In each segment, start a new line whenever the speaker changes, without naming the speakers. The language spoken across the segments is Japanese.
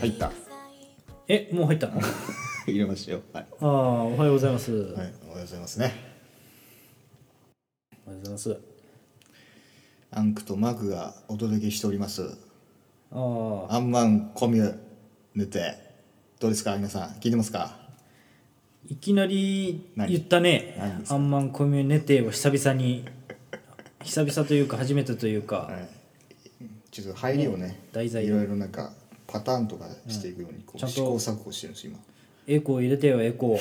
入った
えもう入ったの
入れましたよはい、
ああおはようございます、おは
は
よ
い、おはようございますね
うございます
アンクとマグがお届けしております
ああ
アンマンコミュヌテどうですか皆さん聞いてますか
いきなり
何
言ったね
何です
アンマンコミュニティを久々に久々というか初めてというか、
はいちょっと入りをね
題材
いろいろなんかパターンとかしていくようにこ
ちゃ
うん
と
試行錯誤してるんです今
エコー入れてよエコ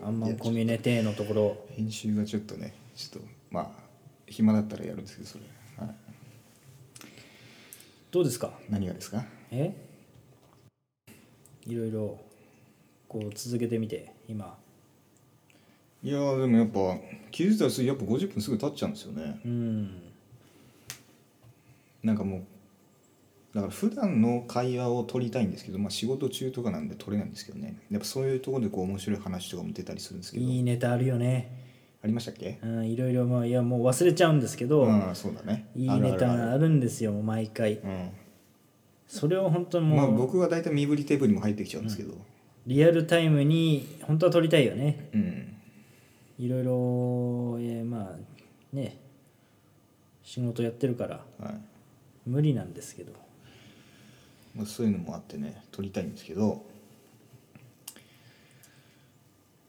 ーアンマンコミュニティのところ
編集がちょっとねちょっとまあ暇だったらやるんですけどそれ、はい、
どうですか
何がですか
えいろいろこう続けてみて今
いやーでもやっぱ気づいたらすぐやっぱ50分すぐ経っちゃうんですよね
うん
なんかもうだから普段の会話を撮りたいんですけど、まあ、仕事中とかなんで撮れないんですけどねやっぱそういうところでこう面白い話とかも出たりするんですけど
いいネタあるよね
ありましたっけ
うんいろいろまあいやもう忘れちゃうんですけど、
うんそうだね
いい
あるある
ネ
あ
タ
る
があるんですよもう毎回
うん
それを本当に
まあ
もう
僕は大体身振り手振りも入ってきちゃうんですけど
リアルタイムに本当は撮りたいよね
うん
いろいろえーまあね仕事やってるから
はい
無理なんですけど
まあそういうのもあってね撮りたいんですけど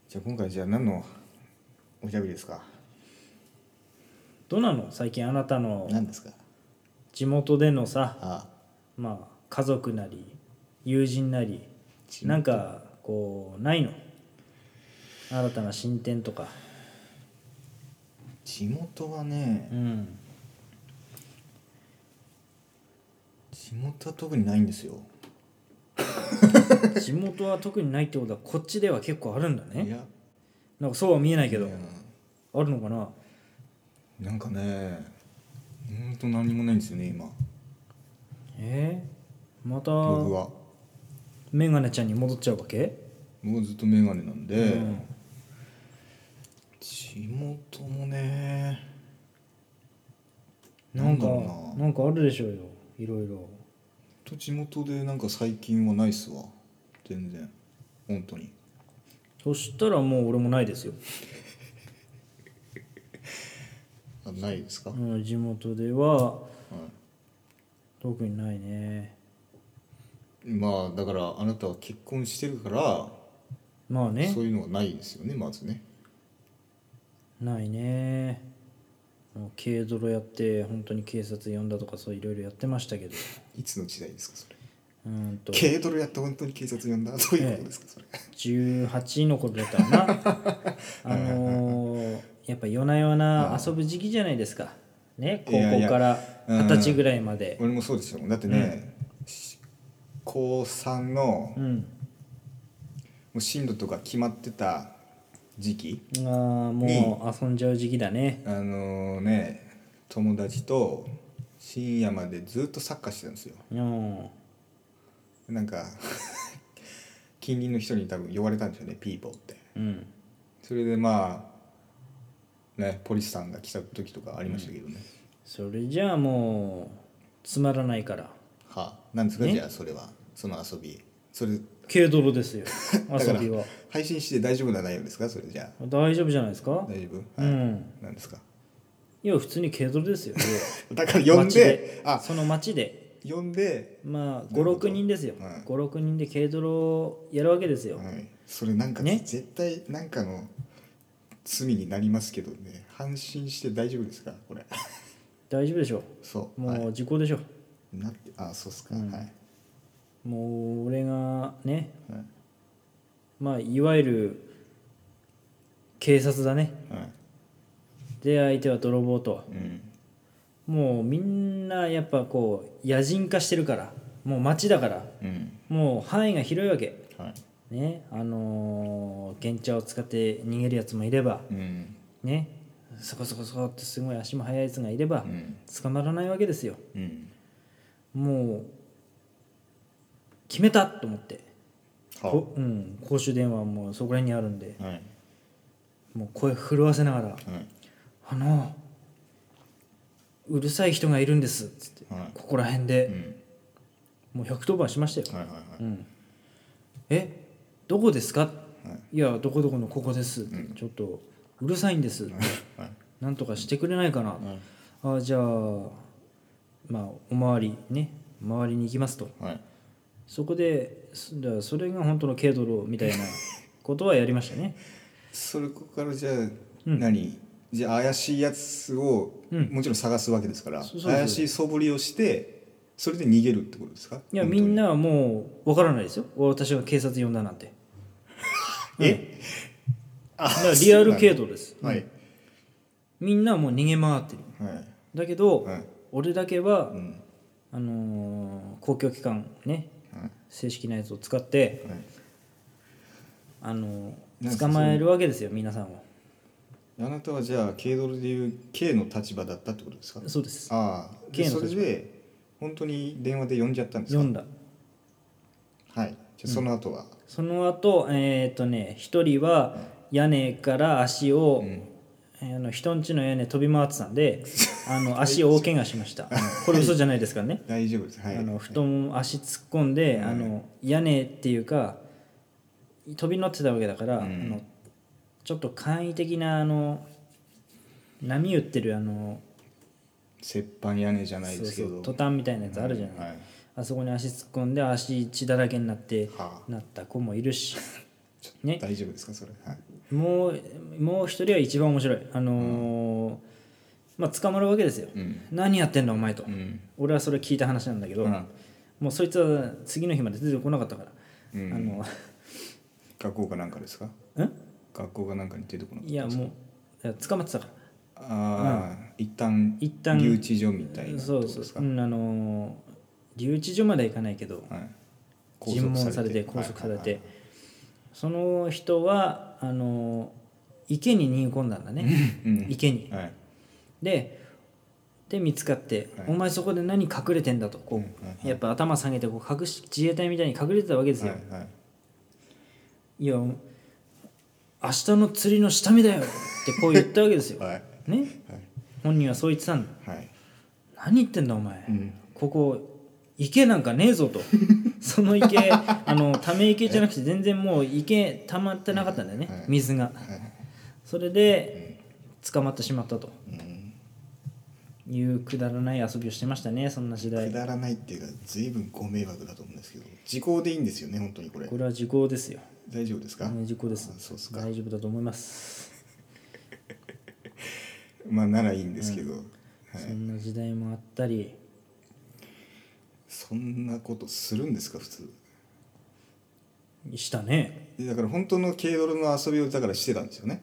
じゃあ今回じゃあ何のおしゃべりですか
どうなの最近あなたの
何ですか
地元でのさ
あ
まあ家族なり友人なり
地元
なんかこうないの新たな進展とか
地元はね
うん
地元は特にないんですよ
地元は特にないってことはこっちでは結構あるんだ
い
ね
や
なんかそうは見えないけ
う
ど
ん
あるのかな
なんかねほんと何もないんですよね今
えー、また
僕は
メガネちゃんに戻っちゃうわけ
もうずっと眼鏡なんで、
うん
地元もね
なんか
だろうな
なんかあるでしょうよいろいろ
ほんと地元でなんか最近はないっすわ全然本当に
そしたらもう俺もないですよ、
あないですか、
う
はい、
ん、地元では特にないね
まあだからあなたは結婚してるから
まあね
そういうのがないですよねまずね
ないねもう軽泥やって本当に警察呼んだとかそういろいろやってましたけど
いつの時代ですかそれ
うーんと
軽トラやって本当に警察呼んだどういうことですかそれ、
18の頃だった かなあのーやっぱ夜な夜な遊ぶ時期じゃないですかね高
いやい
校
や
から
うん
二十歳ぐらいまで
俺もそうですよだってね、し高3の
う
も
ん
う進路とか決まってた時期
あーもう遊んじゃう時期だね
あのね友達と深夜までずっとサッカーしてたんですよ
うん
なんか 近隣の人に多分呼ばれたんですよねピーポーって
うん
それでまあねポリスさんが来た時とかありましたけどね、
それじゃあもうつまらないから
はあなんですか、
ね
じゃあそれはその遊びそれ
軽泥ですよ
だか
遊
ら
びは
配信して大丈夫な内容ですかそれじゃ
大丈夫じゃないですか
あ大丈夫、はい
うん
なんですか
いや普通に軽泥ですよ
だから 呼ん
街
であ
その町で
呼んで、
まあ
なるほど
56人ですよ、
うん
56人で軽泥をやるわけですよ、
はい、それなんか、
ね
絶対なんかの罪になりますけどね反心して大丈夫ですかこれ
大丈夫でしょ
そう
う
はい
もう時効でしょう、
なってあそうっすか、
うん
はい、
もう俺がね
はい
まあいわゆる警察だね
はい
で相手は泥棒と
うん、
もうみんなやっぱこう野人化してるからもう町だから
うん、
もう範囲が広いわけ
はい
ねあのー、玄茶を使って逃げるやつもいれば
うん
ねそこそこそこってすごい足も速いやつがいれば
うん
捕まらないわけですよ
うん
もう決めたと思って、
は
こうん、公衆電話もそこら辺にあるんで
あはい
もう声震わせながら
はい
「あのうるさい人がいるんです」っつって、
はい
ここら辺
う
で
ん
もう110番しましたよ、
はいはいはい、
うん、えどこですか、い、やどこどこのここです、
ん
ちょっとうるさいんです、
はい
なんとかしてくれないかな、
ん
あじゃあまあおまわりね周りに行きますと
はい
そこですだからそれが本当の軽泥み たいなことはやりましたね
それここからじゃあ何、じゃあ怪しいやつを
うん
もちろん探すわけですから、
そうそうそう
怪しい素振りをしてそれで逃げるってことですか
いや
本当
み
に
んなはもうわからないですよ私が警察呼んだなんて
えあ
だからリアル軽
度
泥です、
はい
みんなはもう逃げ回ってる
はい
だけど、
はい
俺だけは、
うん
あのー公共機関ね
はい
正式なやつを使って、
はい
あの
なん
ー
か
捕まえるわけですよ皆さんを
あなたはじゃあ軽度でいう軽の立場だったってことですか
そうです
ああで
K
そ
の
れ
立場
で本当に電話で呼んじゃったんですか
読んだ
はいじゃあその後は、
その後えーっとね一人は屋根から足を、えーあの人んちの屋根飛び回ってたん であの足を大怪我しましたあのこれ嘘じゃないですからね
大丈夫ですはい
あの布団を足突っ込んで、あの屋根っていうか飛び乗ってたわけだから、
うん
あのちょっと簡易的なあの波打ってるあの
折半屋根じゃないですけ
そうそう
ど
トタンみたいなやつあるじゃない、
はい
あそこに足突っ込んで足血だらけになって
はあ
なった子もいるしね
大丈夫ですかそれはい
もうもう一人は一番面白いあのーまあ捕まるわけですよ、
うん
何やってんだお前と、
うん
俺はそれ聞いた話なんだけど、
うん
もうそいつは次の日まで出てこなかったから、
うん
あの
学校かなんかですか
うん
学校かなんかに出てこなかった
いやもういや捕まってたから
ああ、一旦
一旦
留置所みたいな
そう
とこ
そう
ですか
うんあのー留置所までは行かないけど、
はい
尋問されて拘束されて、その人はあの池に逃げ込んだんだね、
うん
池に
はいはいはい
でで見つかって、
はい
お前そこで何隠れてんだ」とこう、
うんはいはい
やっぱ頭下げてこう隠し自衛隊みたいに隠れてたわけですよ、
はいはい
い、や明日の釣りの下見だよってこう言ったわけですよ、
はい
ね
はい
本人はそう言ってたんだ
はい
何言ってんだお前、
うん
ここ池なんかねえ ぞとその池あのため池じゃなくて全然もう池溜まってなかったんだよね、
はい
水が
はい
それで捕まってしまったと
うん
いうくだらない遊びをしてましたねそんな時代
くだらないっていうか随分ご迷惑だと思うんですけど時効でいいんですよね本当にこれ
これは時効ですよ
大丈夫ですか、
うん時効です
あそうっすか
大丈夫だと思います、
まあならいいんですけど、はい
そんな時代もあったり
そんなことするんですか普通
したね
でだから本当の軽ドラの遊びをだからしてたんですよね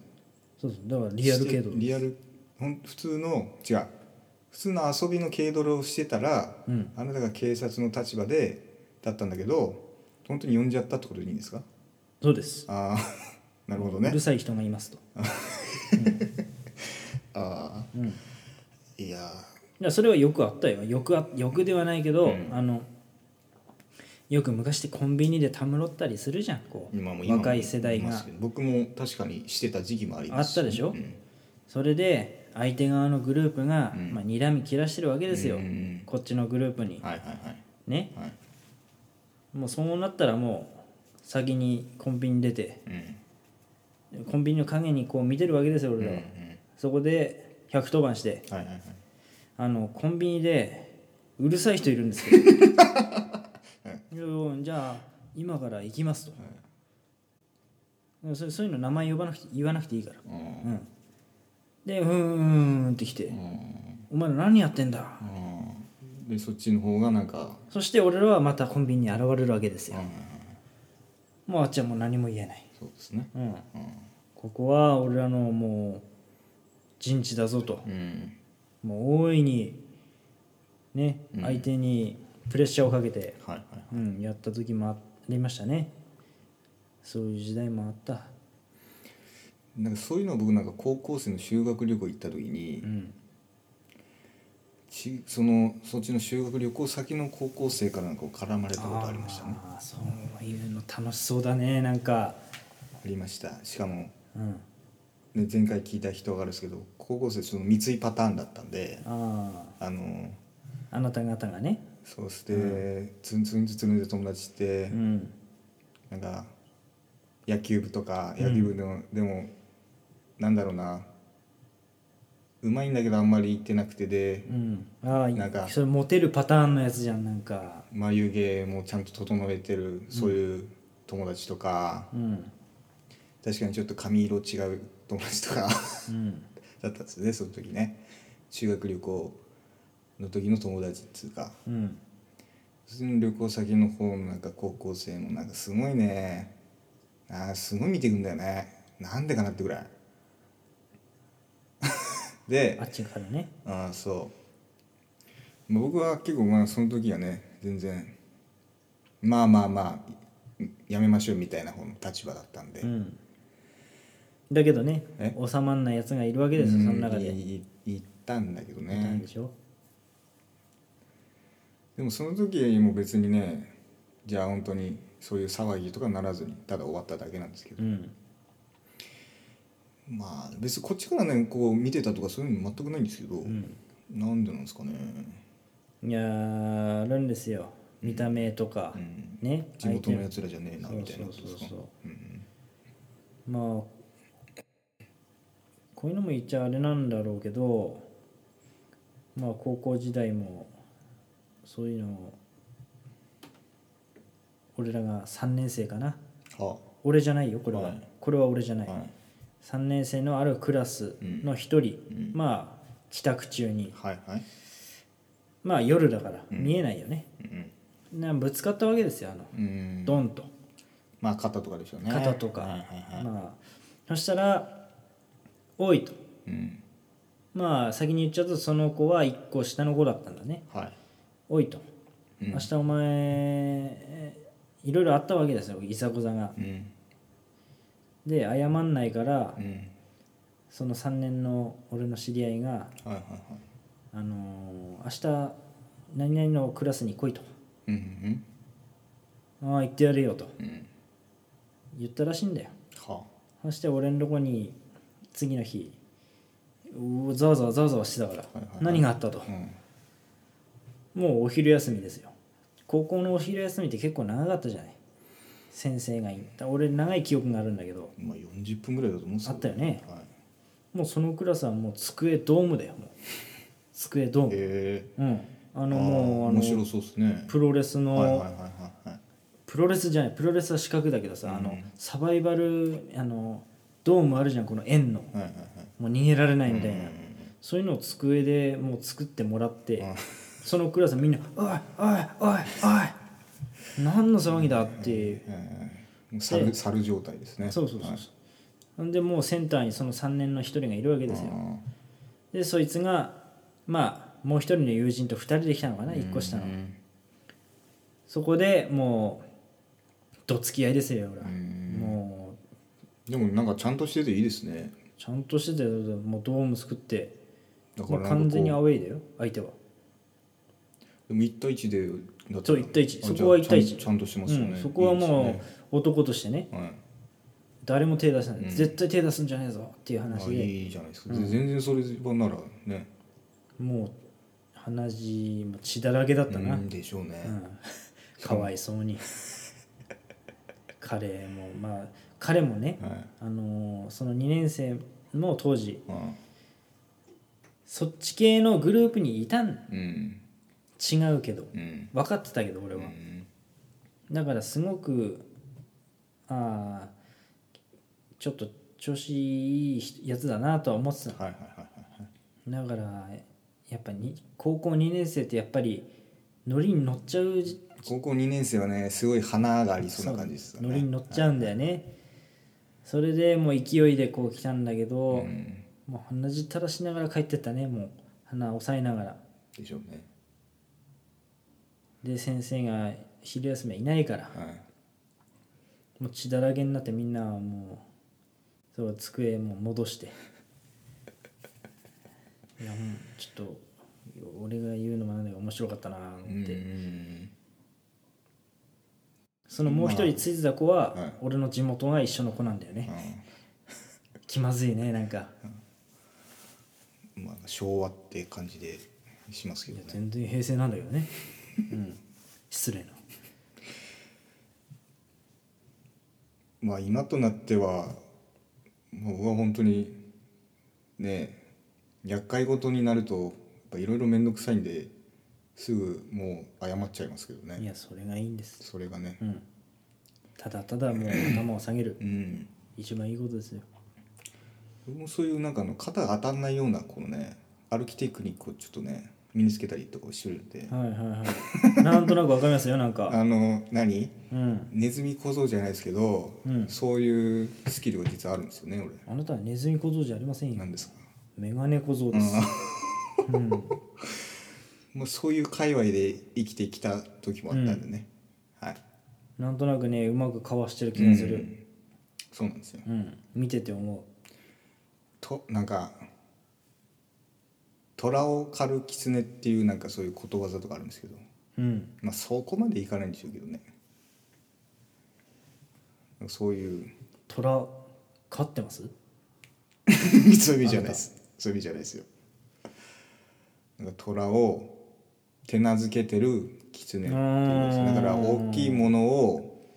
そうそうだからリアル系
し
度
てリアルほん普通の違う普通の遊びの軽泥をしてたら、
うん
あなたが警察の立場でだったんだけど本当に呼んじゃったってことでいいんですか
そうです
ああなるほど
う
ね
るさい人がいますと
ああ
うん
いや
いやそれはよくあったよよくあよくではないけど、
うん
あのよく昔ってコンビニでたむろったりするじゃんこう
今も今も
若い世代
いま
が
すけど僕も確かにしてた時期もあります
あったでしょ
うん
それで相手側のグループが、
うん
まあ、睨み切らしてるわけです
う
よ、
んうんうん
こっちのグループに、
はいはいはい
ね
はい
もうそうなったらもう先にコンビニ出て
うん
コンビニの陰にこう見てるわけですよ俺
うん
ら
う
は、
ん
そこで110番して
はいはいはい
あのコンビニでうるさい人いるんです けどいやじゃあ今から行きますと、それそういうの名前呼ばなくて言わなくていいから、
うん
うん、でうーんって来て、お前ら何やってんだ、
うんでそっちの方がなんか
そして俺らはまたコンビニに現れるわけです
うん
よ
うんうん
もうあっちはもう何も言えない、
そうですね
うん、
う
ここは俺らのもう陣地だぞと
んうん
もう大いにね相手にプレッシャーをかけて、
はいはい
うん、やった時もありましたねそういう時代もあった
なんかそういうのを僕なんか高校生の修学旅行行った時に、
うん
ちそのそっちの修学旅行先の高校生からなんかこう絡まれたことありましたねあ
あーそういうの楽しそうだねなんか
りましたしかも、
うん
ね、前回聞いた人があるんですけど高校生その三井パターンだったんで
あ
あの
ああなた方がね
そうして、ツンツンツンで友達って
う、ん
なんか野球部とか野球部でも、でもなんだろうなうまいんだけどあんまりいってなくてで
うんああ
なんか
それモテるパターンのやつじゃんなんか
眉毛もちゃんと整えてるそういう友達とか、
うん
確かにちょっと髪色違う友達とか
うん
だったんですよねその時ね修学旅行の時の友達っつうか
うん
その旅行先の方のなんか高校生もなんかすごいねあーすごい見てくんだよねなんでかなってぐらい で
あっちからね
ああそうまあ僕は結構まあその時はね全然まあまあまあやめましょうみたいな方の立場だったんで、
うんだけどね
え
収まんないやつがいるわけですよその中で
うんいい行ったんだけど
いたん
ね
でしょ
でもその時も別にねじゃあ本当にそういう騒ぎとかならずにただ終わっただけなんですけど
うん
まあ別にこっちからねこう見てたとかそういうの全くないんですけど、
ん
なんでなんですかね、
いやーあるんですよ見た目とか
うん、
ね
地元のやつ
相
らじゃねえなみたいなこと
そう
で
そ
すか
うそうそう
うん
手のまあこういうのも言っちゃあれなんだろうけどまあ高校時代もそういうのを俺らが3年生かな
は
俺じゃないよこれは、
はい
これは俺じゃ
あ
ない、
はい
3年生のあるクラスの一人、
うん
まあ帰宅中に
はいはい
まあ夜だから
うん
見えないよね、
うん
なぶつかったわけですよあの、
うん
ドンと
まあ肩とかでしょうね
肩とか、
はいはいはい、
まあそしたら「おい」と
うん
まあ先に言っちゃうとその子は1個下の子だったんだね
はい
「おい」と「
うん
明日お前えーいろいろあったわけですよいざこざが
う」ん
で謝んないから
うん
その3年の俺の知り合いが
はいはいはい
「あのー明日何々のクラスに来い」と
うんうん
「ああ行ってやるよ」と
うんうん
言ったらしいんだよ
は
そして俺のとこに次の日うおざわざわざわざわしてたから、
いはいはい
何があったと
あ、うん、
もうお昼休みですよ高校のお昼休みって結構長かったじゃない先生が言った俺長い記憶があるんだけど
まあ40分ぐらいだと思うんですけど
あったよね
はい、
もうそのクラスはもう机ドームだよもう机ドーム、
ええ
うんあ
あ
の
ー
もうあ
面白
の
そうですね
プロレスの、
はいはいはいはいはい
プロレスじゃないプロレスは資格だけどさ、あ
う
の
ん
サバイバルあのドームあるじゃんこの円の
はいはい
もう逃げられないみたい
はい
な、
うん
そういうのを机でもう作ってもらって、
うん
そのクラスみんな「おいおいおいおい何の騒ぎだ」って、
ええもう猿猿状態ですね
そうそうそうそう、んでもうセンターにその3年の1人がいるわけですよ、
よ
でそいつがまあもう1人の友人と2人で来たのかな1個下の、そこでもうどつき合いですよ俺は、もう
でもなんかちゃんとしてていいですね
ちゃんとしててもうドーム作って
だか
も
ら
う
なんかこう
完全にアウェイだよ相手は
でも1対1でだった
そう
ら
1対1
あ
そこは
じゃ
1
あ
対
ちゃ
1
んちゃんとしてますよね、
うん、そこはもう
いいです
男としてね
ねはい
誰も手出さない、
うん
絶対手出すんじゃねえぞっていう話
あ
で
いいじゃないですか、で全然それはならね
もう鼻血も血だらけだったな、
う
うん
んでしょうね、
かわいそうに彼もまあ彼もね、
はい
あのーその2年生の当時
は
そっち系のグループにいたん
いうん
違うけど
うん
分かってたけど俺は、
うん
だからすごくああちょっと調子いいやつだなとは思ってた
はいはいはいはい
だからやっぱに高校2年生ってやっぱりノリに乗っちゃうじ
高校2年生はねすごい花がありそうな感じですよね
ノリに乗っちゃうんだよね、それでもう勢いでこう来たんだけ
う
ど、
ん
もう鼻血垂らしながら帰ってったねもう鼻押さえながら
でしょうね
で先生が昼休みはいないから
はい
もう血だらけになってみんなはもうそう机もう戻して いやもうちょっと俺が言うのもなんだけど面白かったなと思って。
うん
そのもう一人ついてた子
まあは
はい俺の地元が一緒の子なんだよね、気まずいねなんか、
まあ、昭和って感じでしますけ
い
ど
や
ね
全然平成なんだけどねうん、失礼な
まあ今となってはもう僕は本当にね厄介事になるといろいろ面倒くさいんですぐもう謝っちゃいますけど
い
ね
やそれがいいんです、
それがね
うん、ただただ もう頭を下げる
うん
一番いいことですよ
僕もそういうなんかあの肩が当たんないようなこのね歩きテクニックをちょっとね身につけたりとかしてるんで
はいはいはいなんとなくわかりますよなんか
あの何
うん
ネズミ小僧じゃないですけど、
うん
そういうスキルが実はあるんですよね
あなたはネズミ小僧じゃありません
俺
よ
なんですか
メガネ小僧です、うん、
もうそういう界隈で生きてきた時もあったんでね、はい
なんとなくねうまくかわしてる気がす
う
る
んそうなんですよ
うん、見てて思
となんか「虎を狩る狐」っていうなんかそういうことわざとかあるんですけど
ううん
まあそこまでいかないんでしょうけどねそういう
虎飼ってます
そういう意味じゃないですそういう意味じゃないですよなんか虎を手なずけてる狐っていうことです
うーん
だから大きいものを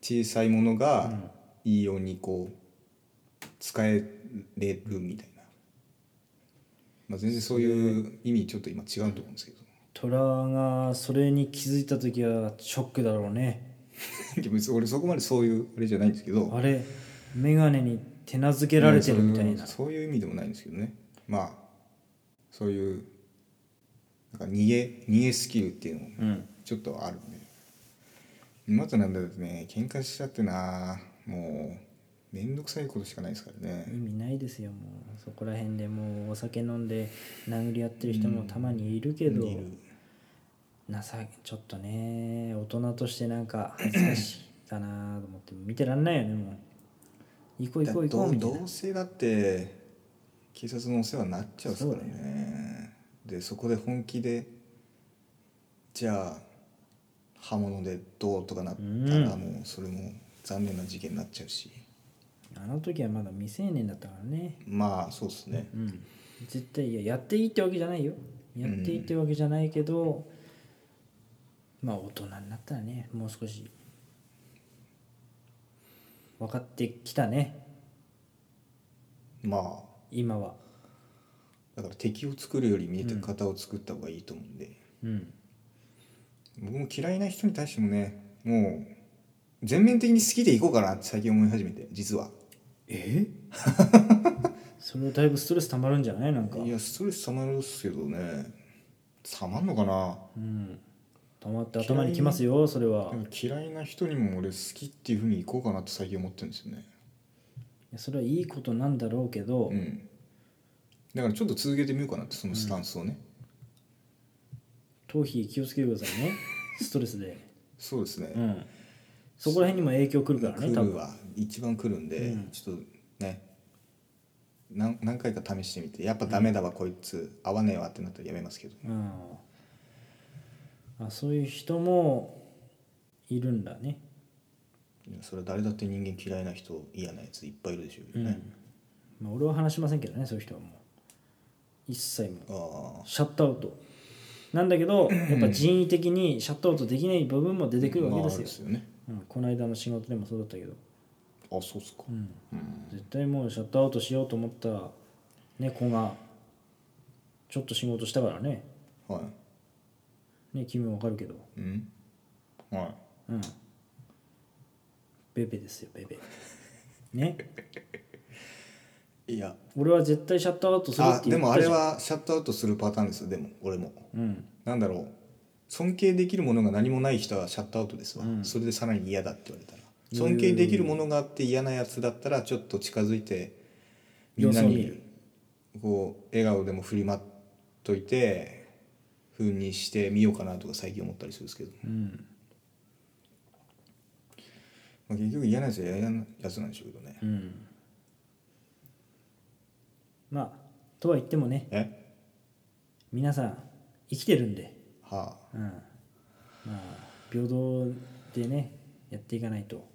小さいものがいいようにこう使えれるみたいな、まあ、全然そういう意味ちょっと今違うと思うん ですけど、
虎がそれに気づいた時はショックだろうね
でも別に俺そこまでそういうあれじゃないんですけど
あれ眼鏡に手なずけられてるみたいな
うんそういうそういう意味でもないんですけどねまあそういうなんか逃げ逃げスキルっていうのも
うん
ちょっとあるんでまたなんだですね喧嘩しちゃってなもう面倒くさいことしかないですから
意
ね
味ないですよもうそこら辺でもうお酒飲んで殴り合ってる人もたまにいるけど、
いる
情けちょっとね大人としてなんか恥ずかしいかなと思って見てらんないよねもう行こう行こう行こ
ど
う
う
みたい
ど
な
うせだって警察のお世話になっちゃうですからね
そ
でそこで本気でじゃあ刃物でどうとかなったら
うん
もうそれも残念な事件になっちゃうし、
あの時はまだ未成年だったからね
まあそうですね
うん絶対いややっていいってわけじゃないよやっていいってわけじゃないけど、まあ大人になったらねもう少し分かってきたね
まあ
今は
だから敵を作るより見えてる方を作った方がいいと思うんで、
うん
僕も嫌いな人に対してもねもう全面的に好きでいこうかなって最近思い始めて実は
え それはだいぶストレスたまるんじゃないなんか
いやストレスたまるっすけどねたまんのかな
うんたまって頭にきますよそれは
なんか嫌いな人にも俺好きっていうふうにいこうかなって最近思ってるんですよね
いやそれはいいことなんだろうけど、
うんだからちょっと続けてみようかなってそのスタンスをね、
頭皮気をつけてくださ いねストレスで
そうですね、
うんそこら辺にも影響くるからね多
来る
分
は一番来るんで、
うん
ちょっとね何何回か試してみてやっぱダメだわ、こいつ合わねえわってなったらやめますけど
うんあそういう人もいるんだね
いやそれは誰だって人間嫌いな人嫌なやついっぱいいるでしょうけ
う
ど
ん、
ね、
まあ、俺は話しませんけどねそういう人はもう一切もう
ああ
シャットアウトなんだけどやっぱ人為的にシャットアウトできない部分も出てくるわけですよ、
まああるね
うん、この間の仕事でもそうだったけど、
あそうっすか
うん、
うん
絶対もうシャットアウトしようと思った猫がちょっと仕事したからね
は
ね君もわかるけど
いうんはい
うんベベですよベ ベね
いや
俺は絶対シャットアウトするっ
あ
て
で
言っ
もあ
た
れ
じゃん
はシャットアウトするパターンですよでも俺も
うん
なんだろう尊敬できるものが何もない人はシャットアウトですわ、
うん
それでさらに嫌だって言われたら尊敬できるものがあって嫌なやつだったらちょっと近づいてみんな
様子を見
に
る
こう笑顔でも振りまっといて風にしてみようかなとか最近思ったりするんですけど、
うん
まあ、結局嫌なやつは嫌なやつなんでしょうけどね、
うんまあとは言ってもね
え
皆さん生きてるんで、
は
うん、まあ平等でねやっていかないと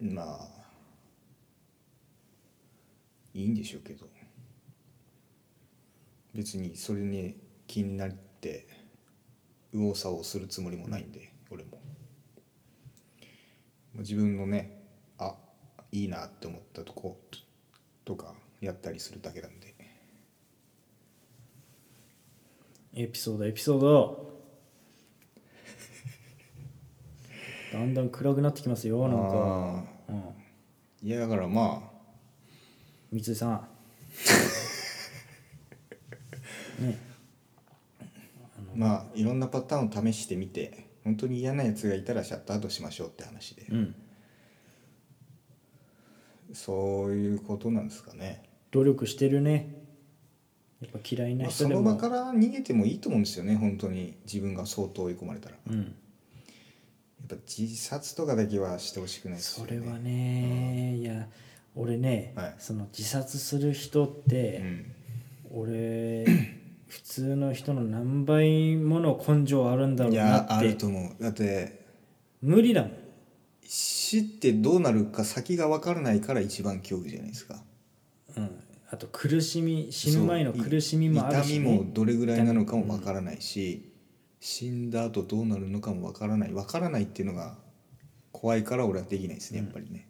あまあいいんでしょうけど別にそれに気になって右往左往するつもりもないんで、俺もまあ自分のねあいいなって思ったとことかやったりするだけなんで
エピソードエピソード だんだん暗くなってきますよなんか、
あ
うん、
ーいやだからまあ
三井さん ね
まあいろんなパターンを試してみて本当に嫌なやつがいたらシャットアウトしましょうって話で、
うん
そういうことなんですかね、
努力してるねやっぱ嫌いな
まあ、
人
そ
で
の
も、
場から逃げてもいいと思うんですよね本当に自分が相当追い込まれたらや
うん
っぱ自殺とかだけはしてほしくないです
そ
よ
れはね、いや俺ね、
はい
その自殺する人って、
うん
俺普通の人の何倍もの根性あるんだろう
い
な
や
っ
ある
て
と思うだって
無理だもん
死ってどうなるか先が分からないから一番恐怖じゃないですか
うん、あと苦しみ死ぬ前の
そう
苦しみもあるし、ね、
痛みもどれぐらいなのかもわからないし、死んだ後どうなるのかもわからないわからないっていうのが怖いから俺はできないですねやっぱりね、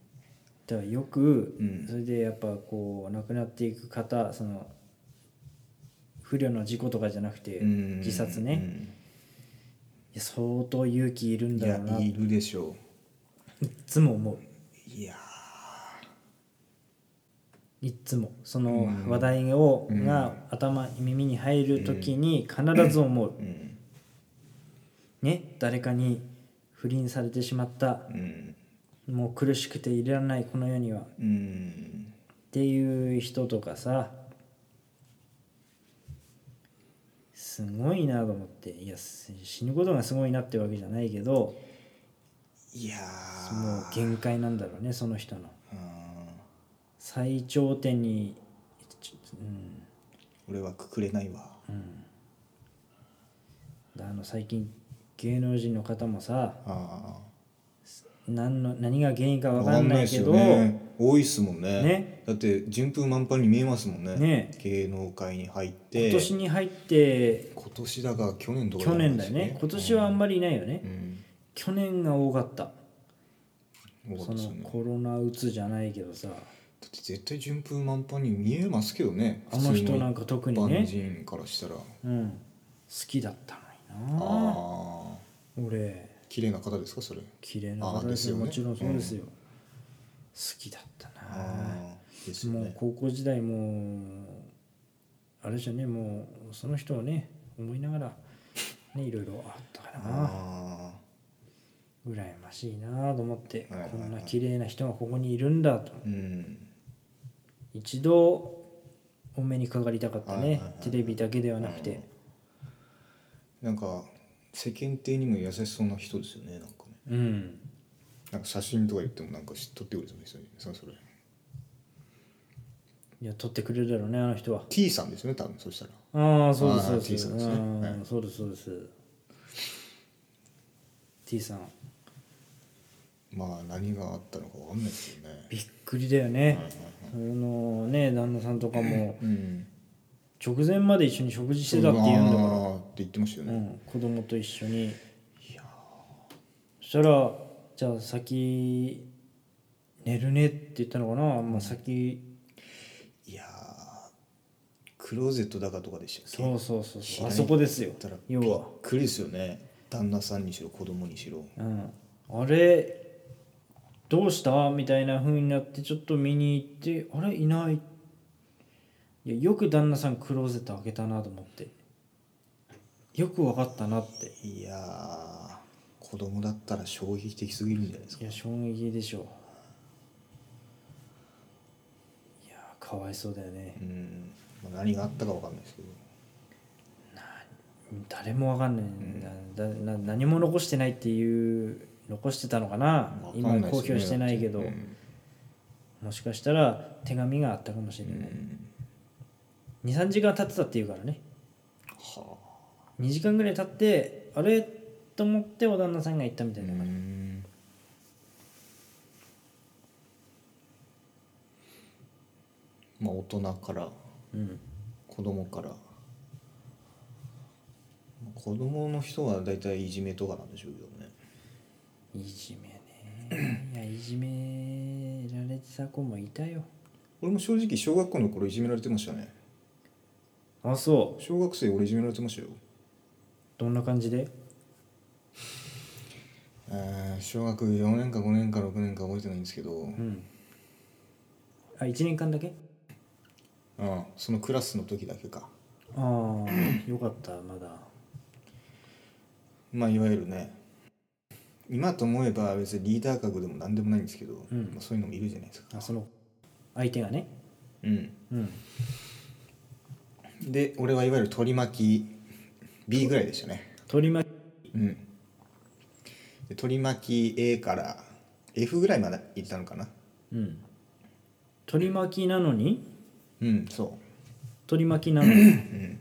だからよく、
うん
それでやっぱこう亡くなっていく方その不慮の事故とかじゃなくて
うん
自殺ね、いや相当勇気いる
うんんい
だ
や
ろうないい
るでしょ
つも思う
ういや
いっつもその話題を、が頭耳に入る時に必ず思う、
ーうん
ね誰かに不倫されてしまった
うん
もう苦しくていられないこの世にはっ
うん
ていう人とかさすごいなと思っていやす死ぬことがすごいなってわけじゃないけど
いや
もう
ー
限界なんだろうねその人の
うん
最頂点にちょうん
俺はくくれないわ
あの最近芸能人の方もさ
あ
何の何が原因か
ー
分かんないけど
わかんないっすよね多いっすもんね
ね
だって順風満帆に見えますもんね
ね
芸能界に入って
今年に入って
今年だが去年どう
去年だよね今年はあんまりいないよね、
うん
去年が多かった
多かっ
そ
たです
の
よねだ
コロナうつじゃないけどさ
って絶対順風満帆に見えますけどね
あの人なんか特に
一般
ね、
人からしたら
うん、好きだったのにな
ああ
俺
綺麗な方ですかそれ
綺麗な方
あー
で
ですす
よ
よね
もちろんそうですよ、好きだったな
ーですよ
もう
ね
高校時代もうあれじゃねもうその人をね思いながらねいろいろあったからな
あ
羨ましいなと思って、
はいはいはい
こんな綺麗な人がここにいるんだと
あうん
一度お目にかかりたかった
はいはい
ね
はい
テレビだけではなくて
なんか世間体にも優しそうな人ですよねなんかね
うん
なんか写真とか言ってもなんか知っとってくれてますよねそそれ
いや撮ってくれるだろうねあの人は
T さんですよね多分そしたら
ああそうです
あ
そう
ー
です
T さんですね
うん
はい
そうですそうです T さん
まあ何があったのかわかんないですよね
びっくりだよね
はいはい
そのね旦那さんとかも
うん
直前まで一緒に食事してたって言うんだ
あ
か
ーって言ってましたよ
ら、う
ね、
ん、子供と一緒にそしたらじゃあ先寝るねって言ったのかな、まあ、先
いやークローゼットだかとかでしたっけ
そうそうそうそう
開
あ
い
そこですよ
だったら
要は、
びっくりですよね旦那さんにしろ子供にしろ
うん、あれどうしたみたいな風になってちょっと見に行ってあれいないいやよく旦那さんクローゼット開けたなと思ってよく分かったなって
いやー子供だったら衝撃的すぎるんじゃないですか
いや衝撃でしょういやかわいそうだよね
うん、まあ、何があったかわかんないですけど
誰もわかんない、ななな何も残してないっていう残してたのかな
わかん
今
ないですね
公表してないけど、
うん
もしかしたら手紙があったかもしれない、23時間経ってたっていうからね
は
2時間ぐらい経ってあれと思ってお旦那さんが行ったみた
あ
いな
う
感じ、
んまあ大人から
うん
子供からま子供の人は大体いじめとかなんでしょうけどね
いじめ ねいやいじめられてた子もいたよ
俺も正直小学校の頃いじめられてましたね
あそう
小学生俺いじめられてましたよ
どんな感じで
えー小学4年か5年か6年か覚えてないんですけど、
うんあ1年間だけ
ああそのクラスの時だけか
あ あよかったまだ
まあいわゆるね今と思えば別にリーダー格でも何でもないんですけど、
うん
まあ、そういうのもいるじゃないですか
あその相手がね
うん
うん
で俺はいわゆる取り巻き B ぐらいでしたね
取り巻き
うんで取り巻き A から F ぐらいまで行ったのかな
うん取り巻きなのに
うんそ
取り巻きなの に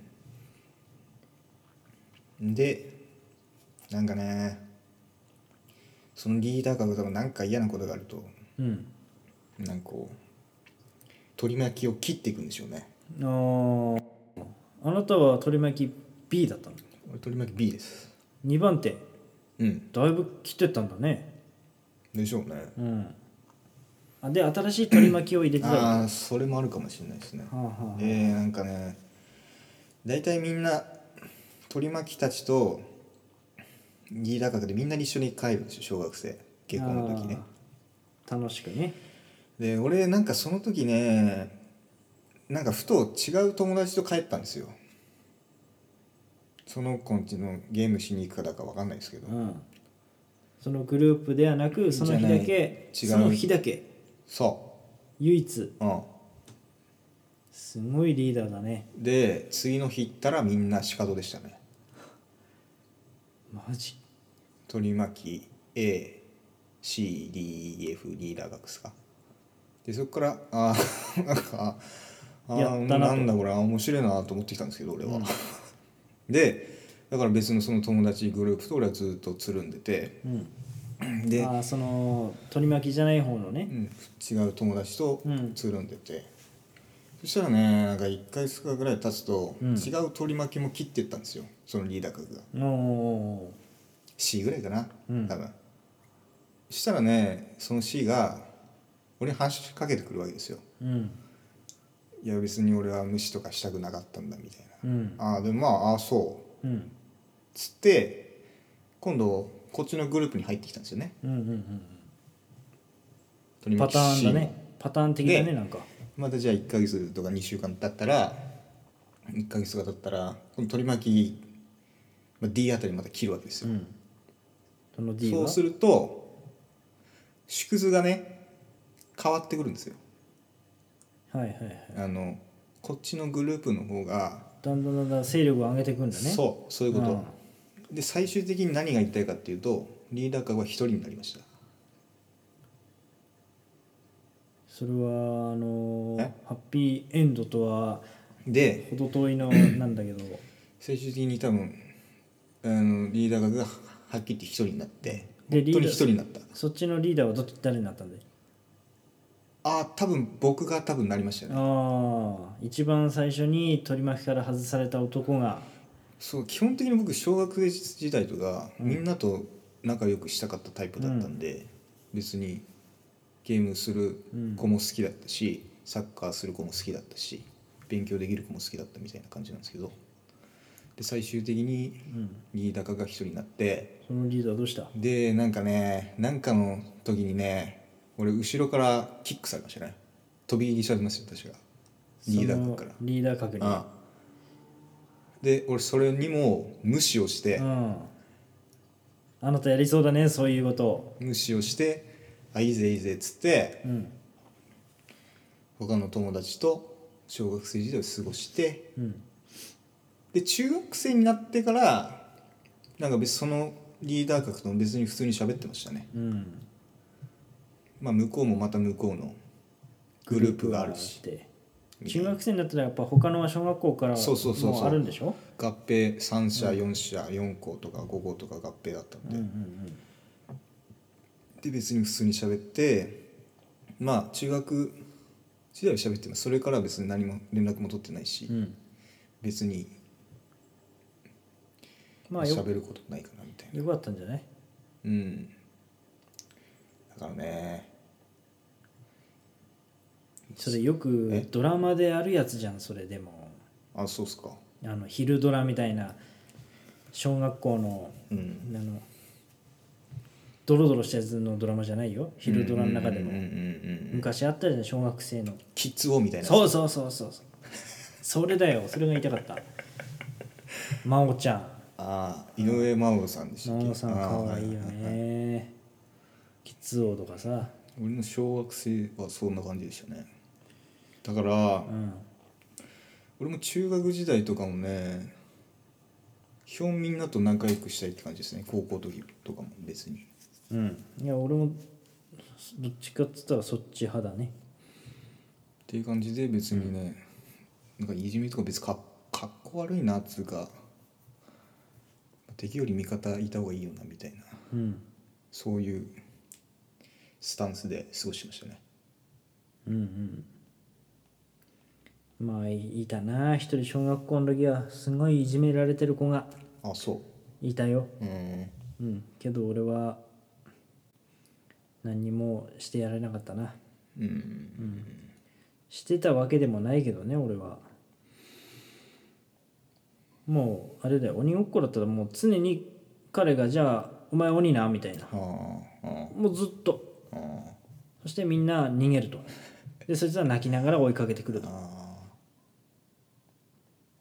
うでなんかねそのリーダー格とかなんか嫌なことがあると
うん
なんかこう取り巻きを切っていくんでしょうね
あーあなたは取り巻き B だったの
俺取り巻き B です
2番手
うん
だいぶ切ってったんだね
でしょうね
うんあで新しい取り巻きを入れてたわ
ああそれもあるかもしれないですね
けはあはあ
でなんかね大体みんな取り巻きたちとリーダー格でみんなで一緒に帰るんですよ小学生結婚の時ね
あー楽しくね
で俺なんかその時ねなんかふと違う友達と帰ったんですよその子んちのゲームしに行くかだかわかんないですけど
うんそのグループではなくその日だけ
じゃ
そ
ない違う
の日だけ
そ
唯一
ううん
すごいリーダーだね
で次の日行ったらみんなシカトでしたね
マジ
取り巻き ACDF リーダー学ですかでそこからあー なんかあ
や
ー
ったなと
なんだこれあー面白いなと思ってきたんですけど俺は、 でだから別のその友達グループと俺はずっとつるんでて
うん
で、
あーその取り巻きじゃない方の
う
ね
ん、違う友達と
うん
つるんでて、そしたらねなんか1回2日ぐらい経つと、
うん
違う取り巻きも切ってったんですよそのリーダー格が
おー
C ぐらいかな、
うん
多分そしたらねその C が俺に話しかけてくるわけですよ
うん
いや別に俺は無視とかしたくなかったんだみたい
うん
な、ああでもまあああそう
うん
つって今度こっちのグループに入ってきたんですよね
うんうんうん
取り
パ
巻き
ター
C
ンだ
も
ねパターン的だね
で
なんか
またじゃあ1ヶ月とか2週間経ったら1ヶ月とか経ったらこの取り巻き、まあ、D あたりまた切るわけです
う
よ、
んその D
そ
は
うすると縮図がね変わってくるんですよ
はいはいはい
あのこっちのグループの方が、
だんだんだんだん勢力を上げていくんだね
そうそういうこと、で最終的に何が言いたいかっていうとリーダー格は一人になりました
それはあのー
え
ハッピーエンドとは
で
程遠い のなんだけど
最終的に多分あのリーダー格がははっきり言って一人になって
で
本
リー
当
ダー
に一人になった
そっちのリーダーはどっち誰になったんだい
ああ多分僕が多分なりましたね
ああ一番最初に取り巻きから外された男が
そう基本的に僕小学生時代とか、みんなと仲良くしたかったタイプだったんで、別にゲームする子も好きだったし、サッカーする子も好きだったし勉強できる子も好きだったみたいな感じなんですけどで最終的に新高が一人になって
そのリーダーどうした
でなんかねなんかの時にね俺後ろからキックされましたね飛び入りされましたよ私が新高から
その。リーダー確認
あで俺それにも無視をして、
うんあなたやりそうだねそういうことを
無視をして「あいいぜいいぜ」っつって
うん
他の友達と小学生時代を過ごして
うん
で中学生になってからなんか別にそのリーダー格とも別に普通に喋ってましたね
うん
まあ向こうもまた向こうのグループがあるし
って中学生になったらやっぱ他のは小学校から
そうそうそうそう
もうあるんでしょ
合併3社4社4校とか5校とか合併だったんで、
うんうん
で別に普通に喋ってまあ中学時代は喋ってますそれからは別に何も連絡も取ってないし、
うんうん
別に
まあよ
喋ることないかなみたいな
よかったんじゃない
うんだからね
それよく
え
ドラマであるやつじゃんそれでも
あそうっすか
あの昼ドラみたいな小学校の
うん
あのドロドロしたやつのドラマじゃないよ昼ドラの中で
うんうん
も
うんうん
昔あったじゃん小学生の
キッズ王みたいな
そううそうそうそうそうそれだよそれが言いたかった真央ちゃん
ああ井上真央さんでしたっけ
真央さん
あー
可愛いよねキッズ王とかさ
俺の小学生はそんな感じでしたねだから
うん
俺も中学時代とかもねヒョンミンなと仲良くしたいって感じですね高校の時とかも別に
うんいや俺もどっちかっつったらそっち派だね
っていう感じで別にね、なんかいじめとか別にかっかっこ悪いなっつうか敵より味方いた方がいいよなみたいな
うん
そういうスタンスで過ごしてましたね
うんうんまあいたな一人小学校の時はすごいいじめられてる子が
あそ
いたよ
ううん
うんけど俺は何にもしてやられなかったな
うん
してたわけでもないけどね俺はもうあれだよ鬼ごっこだったらもう常に彼がじゃあお前鬼なみたいな
あああ
もうずっと
ああ
そしてみんな逃げるとでそいつは泣きながら追いかけてくると
あ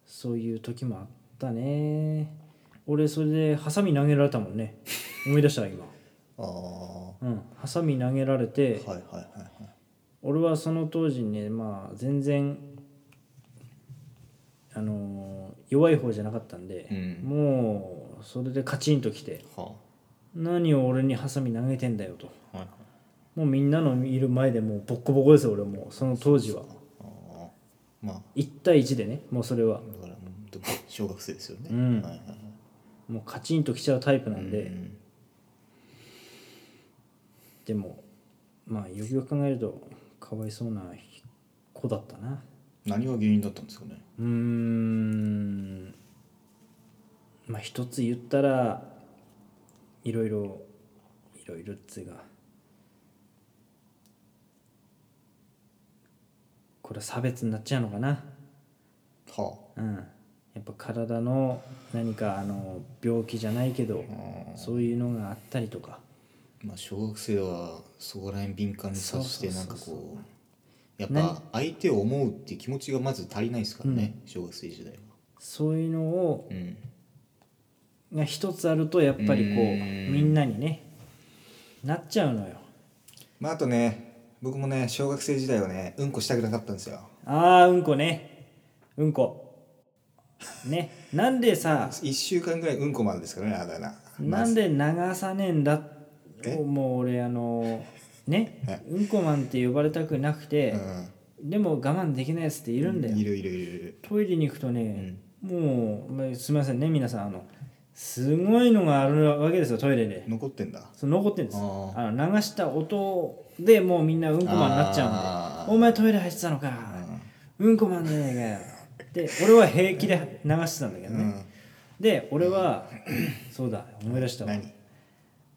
そういう時もあったね俺それでハサミ投げられたもんね思い出した今
あああは
うんハサミ投げられて、
いはいはいはい
俺はその当時ねまあ全然あのー弱い方じゃなかったんで、
うん
もうそれでカチンときて
は
「何を俺にハサミ投げてんだよ」と
あはいはい
もうみんなのいる前でもうボッコボコですよ俺もうその当時は
ああまあ
1対1でねもうそれは
だからもうでも小学生ですよね、
うん
はいはいはい
もうカチンときちゃうタイプなんで、
うん
でもまあよくよく考えるとかわいそうな子だったな
何が原因だったんですかね
うーんまあ一つ言ったらいろいろいろいろっつうかこれは差別になっちゃうのかな
は
うんやっぱ体の何かあの病気じゃないけど
ああ
そういうのがあったりとか
まあ小学生はそこら辺敏感に察して
そう
な
そうんそ
か
うそう
こうやっぱ相手を思うっていう気持ちがまず足りないですからね、小学生時代は
そういうのを
うん
が一つあるとやっぱりこう
うーん
みんなにねなっちゃうのよ
まああとね僕もね小学生時代はねうんこしたくなかったんですよ
あーうんこねうんこねなんでさ
1週間ぐらいうんこまでですからねあだ名 ま
な
ず
んで流さねえんだ
え
もう俺あのね
え
うんこマンって呼ばれたくなくて
う、
でも我慢できないやつっているんだよ、
んいるいるいるいる
トイレに行くとね、もうまあすみませんね皆さんあのすごいのがあるわけですよトイレで
残ってんだ
その残ってるんです
あー
あの流した音でもうみんなうんこマンになっちゃ
あー
うんで「お前トイレ入ってたのか、うんこマンじゃねえかよ」で俺は平気で流してたんだけど
う
ね、
ん
で俺は そうだ思い出したわ
何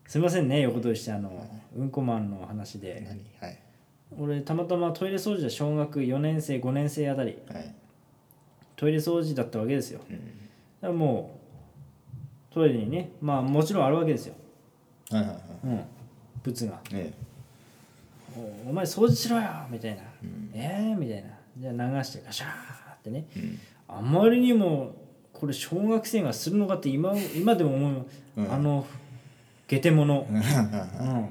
すいませんね横取りしてあのうんこマンの話で
何はい
俺たまたまトイレ掃除で小学4年生5年生あたり
はい
トイレ掃除だったわけですよだ
うん
からもうトイレにねまあもちろんあるわけですよ
はいはいはい
うんブツが
え
お「お前掃除しろよ」みたいな「ええー」みたいなじゃあ流してガシャーってね、
えうん
あまりにもこれ小学生がするのかって今今でも思う、
うん
あの下手者
は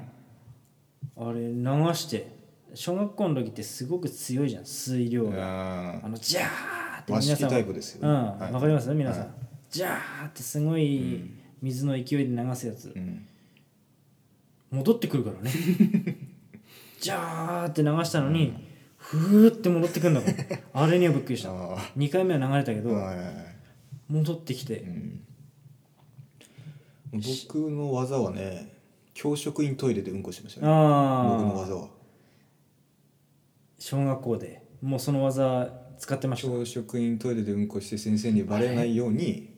うん、あれ流して小学校の時ってすごく強いじゃん水量
い
が
は
あのジャーって
和
皆さ
式
ん
タイプですよ
う
ね
んわ、
はい
かりますね皆さん、
はい
ジャーってすごい水の勢いで流すやつ、
いうん
戻ってくるからね ジャーって流したのに、ふーって戻ってくるんだからあれにはびっくりした
ああ
2回目は流れたけど、
はいはいはい
戻ってきて、
うん僕の技はね教職員トイレでうんこしましたね僕の
ああ
技は
小学校でもうその技使ってました
教職員トイレでうんこして先生にバレないように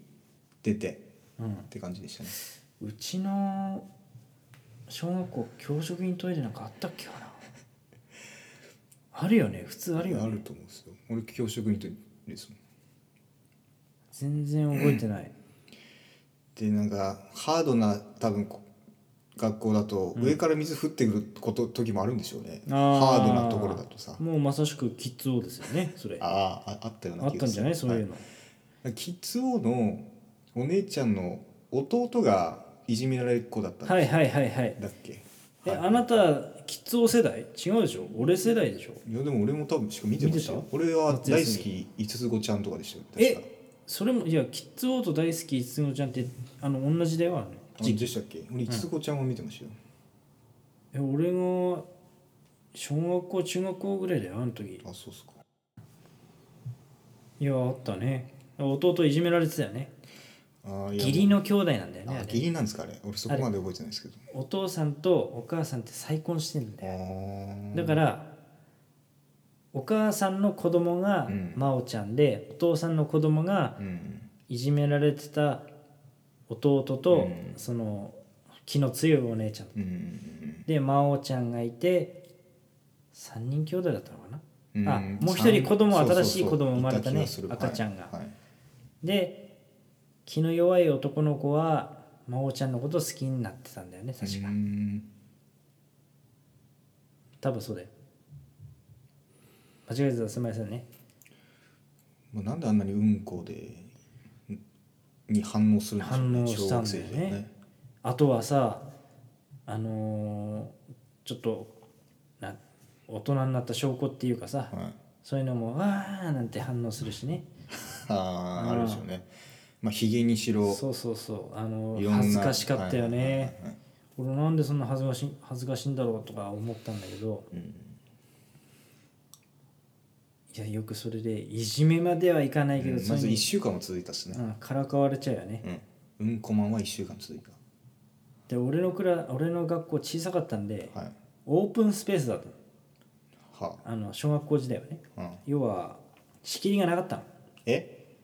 出て
うん
って感じでしたね
うちの小学校教職員トイレなんかあったっけかなあるよね普通あるよね
と思うんですよ俺教職員とですもん
全然覚えてない
でなんかハードな多分こ学校だと上から水降ってくること、時もあるんでしょうね
あー
ハードなところだとさ
もうまさしくキッズ王ですよねそれあ
あーああったような
ったんじゃないそういうの、
はいキッズ王のお姉ちゃんの弟がいじめられっ子だったんだ,、
はい、はいはいはい
だっけ
え、
はい
あなたキッズ王世代違うでしょ俺世代でしょ
いやでも俺も多分しか見てましたよ
見て
俺は
夏
大
休
好き五つ子ちゃんとかでしたよ確か
えそれもいやキッズ王と大好きいつのちゃんってあの同じだよあのね
あでしたっけ俺五つ子ちゃんは見てましたよ、
え俺が小学校中学校ぐらいだよあの時
あそうっすか
いやあったね弟いじめられてたよね
あーいや
義理の兄弟なんだよね
あ
あれ
義理なんですかあれ俺そこまで覚えてないですけど
お父さんとお母さんって再婚してんだ
あ
よ、だからお母さんの子供が
うん
真央ちゃんで、お父さんの子供が
あうん
いじめられてた弟と、
うん
その気の強いお姉ちゃん
うんうん
で真央ちゃんがいて3人兄弟だったのかな
うん
あ
ん
もう一人子供
そうそうそう
新しい子供生まれたね
い気がする
赤ちゃんが
はいはい
で気の弱い男の子は真央ちゃんのこと好きになってたんだよね確か、
うん
多分そうだよ間違えてたらすみませんね
まあなんであんなにうんこでに反応するんでしょう
反応
ね
したんだよね
小学生じゃね
あとはさあのーちょっとな大人になった証拠っていうかさ、
はい
そういうのも「わあ」なんて反応するしね
あ
うん
ああるでしょうねまあひげにしろ
そうそうそうあの
いろんな
恥ずかしかったよ
はいはい
ね
はいはい
俺なんでそんな恥ずかし恥ずかしいんだろうとか思ったんだけど
うん
いやよくそれでいじめまではいかないけど、
うん
そ
ま
れ
ず
に
1週間も続いたっすね
うん、からかわれちゃうよね、
うんうんこマンは1週間続いた
で俺のくら俺の学校小さかったんで、
はい
オープンスペースだったの
は
あの小学校時代はね
あうん
要は仕切りがなかったの
え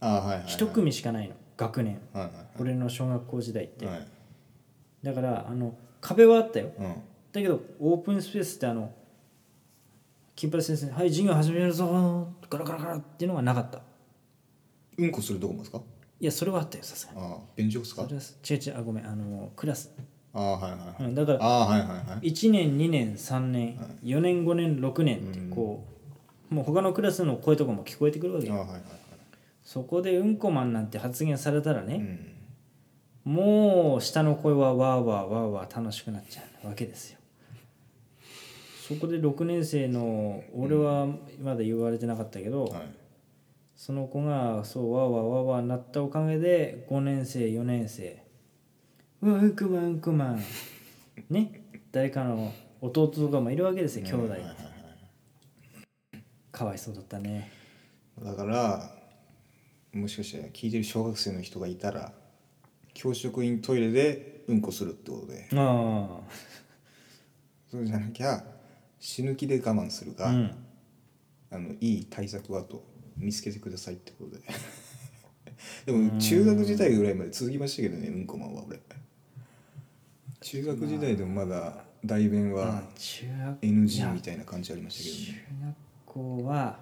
ああはいはいはい
一組しかないの学年
はいは
俺の小学校時代っ
い
て、
はいはい
だからあの壁はあったよ
うん
だけどオープンスペースってあの金八先生にはい授業始めるぞ」ガラガラガラっていうのがなかった
うんこするとこもですか
いやそれはあったよさすがに
ああ便所ですか
それは違う違うあごめんあのクラス、
ああはいはい
うん
はい
だから
ああはいはいはい
1年2年3年4年5年6年ってこうもう他のクラスの声とかも聞こえてくるわけ
ああ
よ
はいはいはい
そこでうんこマンなんて発言されたら
う
ね、
ん
もう下の声はわーわーわーわー楽しくなっちゃうわけですよそこで6年生の俺はまだ言われてなかったけど、
はい
その子がそうわーわーわーわーなったおかげで5年生4年生うわうんくまんうんくまんね誰かの弟とかもいるわけですよ兄弟、
はいはいはい
かわいそうだったね
だからもしかしたら聞いてる小学生の人がいたら教職員トイレでうんこするってことで
あ
そうじゃなきゃ死ぬ気で我慢する
あ
が、
うん
あのいい対策はと見つけてくださいってことで でも中学時代ぐらいまで続きましたけどねうんこマンは俺中学時代でもまだ代弁は
中学
NG みたいな感じありましたけ
中
どね
学校は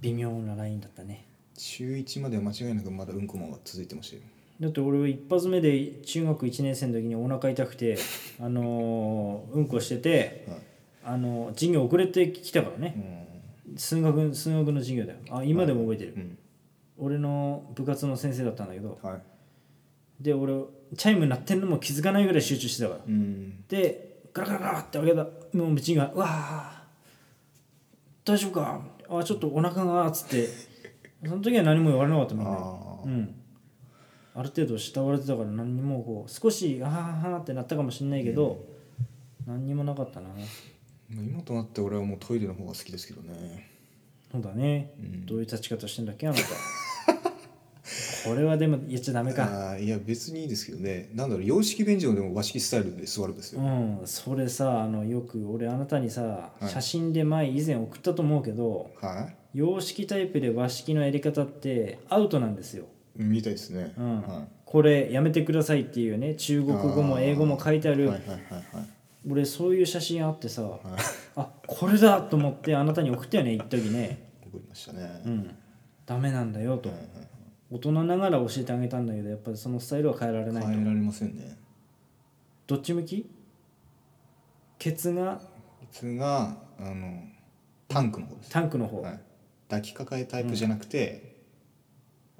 微妙なラインだったね
中1までは間違いなくまだうんこマンは続いてましたよ
だって俺は一発目で中学1年生の時にお腹痛くてあのーうんこしてて
はい
あのー授業遅れてきたから
う
ね
ん
数学数学の授業だよあ今でも覚えてる、
うん
俺の部活の先生だったんだけど
はい
で俺チャイム鳴ってんのも気づかないぐらい集中してたから
うん
でガラガラガラって開けたもうチが「うわあ大丈夫かあちょっとお腹が」っつってその時は何も言われなかったみんな
あ
うんある程度慕われてたから何にもこう少し「あはは」ってなったかもしんないけど、何にもなかったな
ーまあ今となって俺はもうトイレの方が好きですけどね
そうだね、
うん
どういう立ち方してんだっけあなたこれはでも言っちゃダメか
あーいや別にいいですけどねなんだろう洋式便所でも和式スタイルで座るんですよ、
うんそれさあのよく俺あなたにさ、
はい
写真で前以前送ったと思うけど
はい
洋式タイプで和式のやり方ってアウトなんですよ、
みたいですね、
うん
は
これやめてくださいっていうね中国語も英語も書いてあ
い、
る
はいはいはい
俺そういう写真あってさ、
はいはい
あこれだと思ってあなたに送ったよね一時ね
送りましたね、
うんダメなんだよと
はいはいはい
大人ながら教えてあげたんだけどやっぱりそのスタイルは変えられないと
変えられませんね
どっち向きケツが
いつがあのタンクの方です、
タンクの方、
はい、抱きかかえタイプじゃなくて、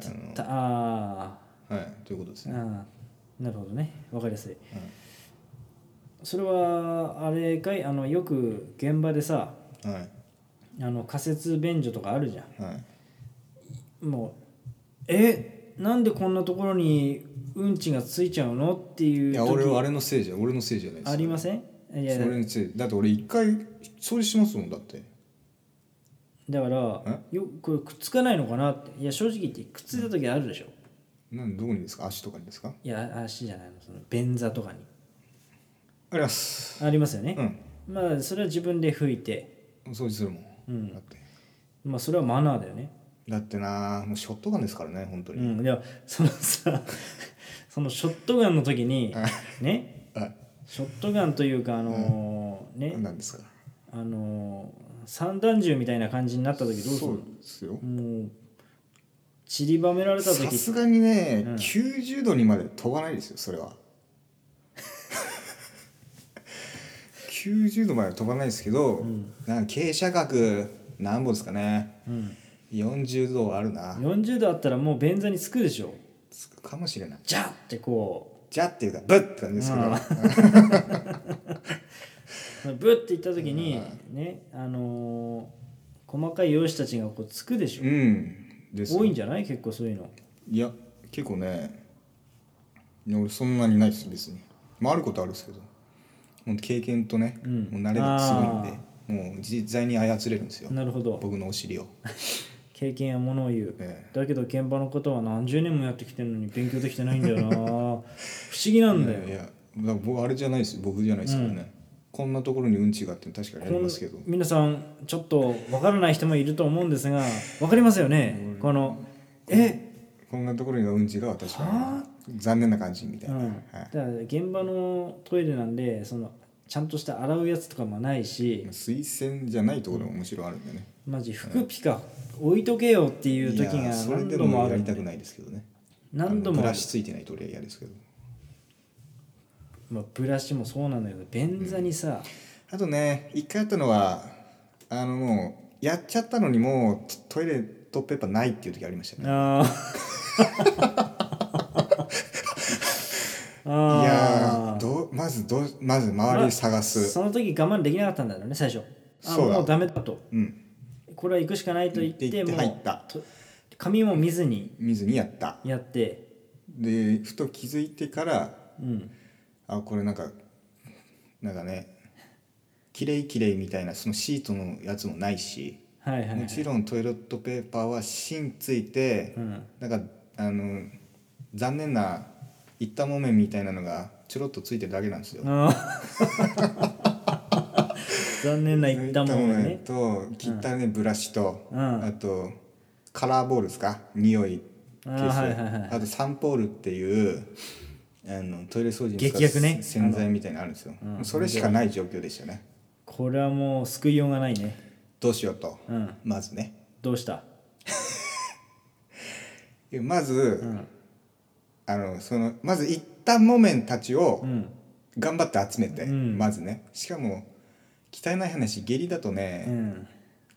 あの
たあ
はいということです
ー
ね、
あーなるほどねわかりやすい
は
それはあれかいあのよく現場でさ
いはい
あの仮設便所とかあるじゃ
はい
んもうえなんでこんなところにうんちがついちゃうのっていう
い
時
や俺はあれのせいじゃ俺のせいじゃないです
ありませんいや
それのせいだって俺一回掃除しますもんだって
だからよこれくっつかないのかなっていや正直言ってくっついた時あるでしょ
なんどこにですか足とかにですかあ
いや足じゃないのその便座とかに
ります
ありますよね
う、ん
まあそれは自分で拭いて
掃除するもん、
うん
だって
まあそれはマナーだよね
だってなもうショットガンですからね本当
う
に、
んではそのさそのショットガンの時にね
あ
ショットガンというかあのーね
なんですか
あのー散弾銃みたいな感じになった時どうす
そ
る
うですよ
のもう散りばめられた
さ
時
すがにね、
うん
90度にまで飛ばないですよそれは90度までは飛ばないですけど、
ん
なんか傾斜角何本ですかね
うん
40度あるな
40度あったらもう便座につくでしょ
つくかもしれない
ジャッってこう
じゃっていうかブッって感じですけど、
うん
はい
ブッて行った時にねあのー細かい容姿たちがこうつくでしょ
うんですよ
多いんじゃない結構そういうの
いや結構ねいや俺そんなにないです別に、まあ、あることあるんですけど本当経験とね、
うん
もう慣れがすごいんでもう自在に操れるんですよ
なるほど
僕のお尻を、
経験やものを言う
ええ
だけど現場のことは何十年もやってきてるのに勉強できてないんだよ な不思議なんだよ
いやいやだから僕あれじゃないですよ僕じゃないですからね、こんなところにうんちがあって確かにありますけど
こん皆さんちょっとわからない人もいると思うんですがわかりますよねこのえ
こんなところにはうんちが私は残念な感じみたいうな、
ん
は
だ
い
から現場のトイレなんでそのちゃんとした洗うやつとかもないし
推薦じゃないところもむしろあるんでね
マジ服ピカ置いとけよっていう時
い
が
やそれ
何
で
度もあ
もや
る
り
ん
た
で
くないですけどね
何度
あの
も
ブ
あ
ラ
る
シついてないと俺は嫌ですけど
まあブラシもそうなんだけど便座にさ、
あとね一回やったのはあのもうやっちゃったのにもうトイレットペーパーないっていう時ありましたね
あー
い
あ
やー
ー
どうまずどうまず周り探す、
その時我慢できなかったんだろうね最初あ
そうだ
もうダメだと
うん
これは行くしかないと言って
行って行って
もう
入った
と髪も見ずに
見ずにやった
やって
でふと気づいてから
うん
あこれなんかなんかねきれいきれいみたいなそのシートのやつもないし
はいはい、は
も
い
ちろんトイレットペーパーは芯ついて、
うん、
なんかあの残念な一ったもめみたいなのがちょろっとついてるだけなんですよ。
あー残念な言ったもんね
一反面と切ったね、ブラシと、
うん
あとカラーボールですか匂い
あー
消す
はいはいはい
あとサンポールっていうあのトイレ掃除に使う
劇薬ね
洗剤みたいなのあるんですよ、
うん
それしかない状況でしたね
これはもう救いようがないね
どうしようと、
うん
まずね
どうした
いやまず、
うん
あのそのまず一旦モメンたちを
うん
頑張って集めて、
うん
まずねしかも汚い話下痢だと
う
ね、
ん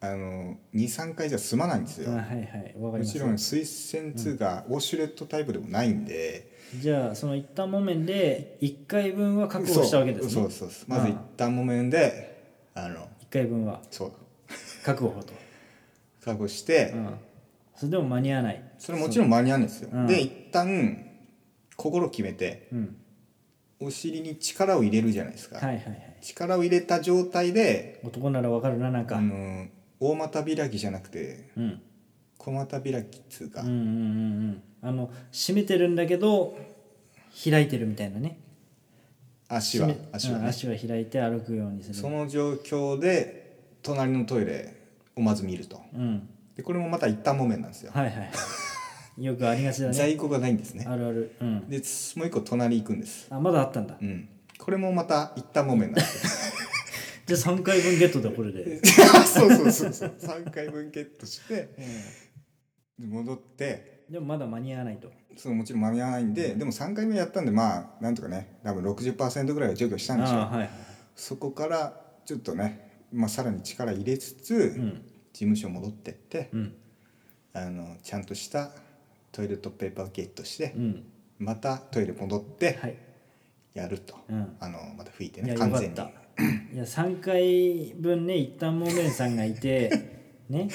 あの23回じゃ済まないんですよ、
あはいはいわかり
も
ま
ち
す
ろん水洗2がウォシュレットタイプでもないんで、
じゃあその一旦木綿で1回分は確保したわけです
そう
ね
そうそうまず一旦木綿であの
1回分は
そう
確保と、
確保して、
うん、それでも間に合わない
それもちろん間に合うんですよ、
うん
で一旦心決めて
うん
お尻に力を入れるじゃないですか、
はいはいはい
力を入れた状態で
男ならわかるななんか
あ
うん
の大股開きじゃなくて
うん
小股開きっつうか、
うんうんうんあの閉めてるんだけど開いてるみたいなね
足は
閉め
足は
うん
ね、
足は開いて歩くようにす
そ
る
の状況で隣のトイレをまず見ると
うん
でこれもまた一旦もめなんですよ、
は いはいよくありがちだね
在庫がないんですね
あるあるうん
でもう一個隣行くんです
あまだあったんだ
うんこれもまた一旦もめなん ですよ
じゃあ3回分ゲットだこれで、
そうそうそうそう3回分ゲットしてで戻って
でもまだ間に合わないと
そのもちろん間に合わないんで、でも3回目やったんでまあなんとかね多分60%ぐらいは除去した
あ
んでしょう
あはいはい
そこからちょっとね、まあ、さらに力入れつつ、
うん
事務所戻ってって、
うん
あのちゃんとしたトイレットペーパーゲットして、
うん
またトイレ戻って
はい
やると、
うん
あのまた拭いて
いや
ね
よ
完
かっ
全に
たいや3回分ね一旦もめんさんがい てね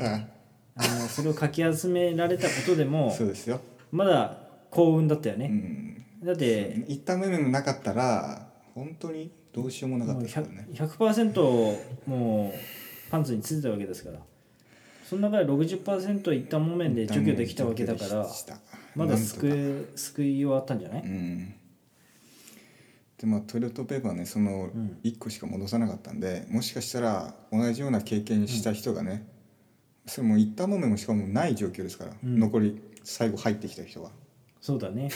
あのそれをかき集められたことで
うん
も
そうですよ、
まだ幸運だったよ
う
ね、
ん、
だって
一旦目もなかったら本当にどうしようもなかっ
も
た
う
ですから
100%,
ね
100%もうパンツについてたわけですからその中で60%いったもめんで除去できたわけだからまだ救
え
い救いはあったんじゃない、
うんでまあ、トイレットペーパーねその
ん
1個しか戻さなかったんで、もしかしたら同じような経験した人がね、それもう一旦もめもしかもない状況ですから、
うん
残り最後入ってきた人は
そうだね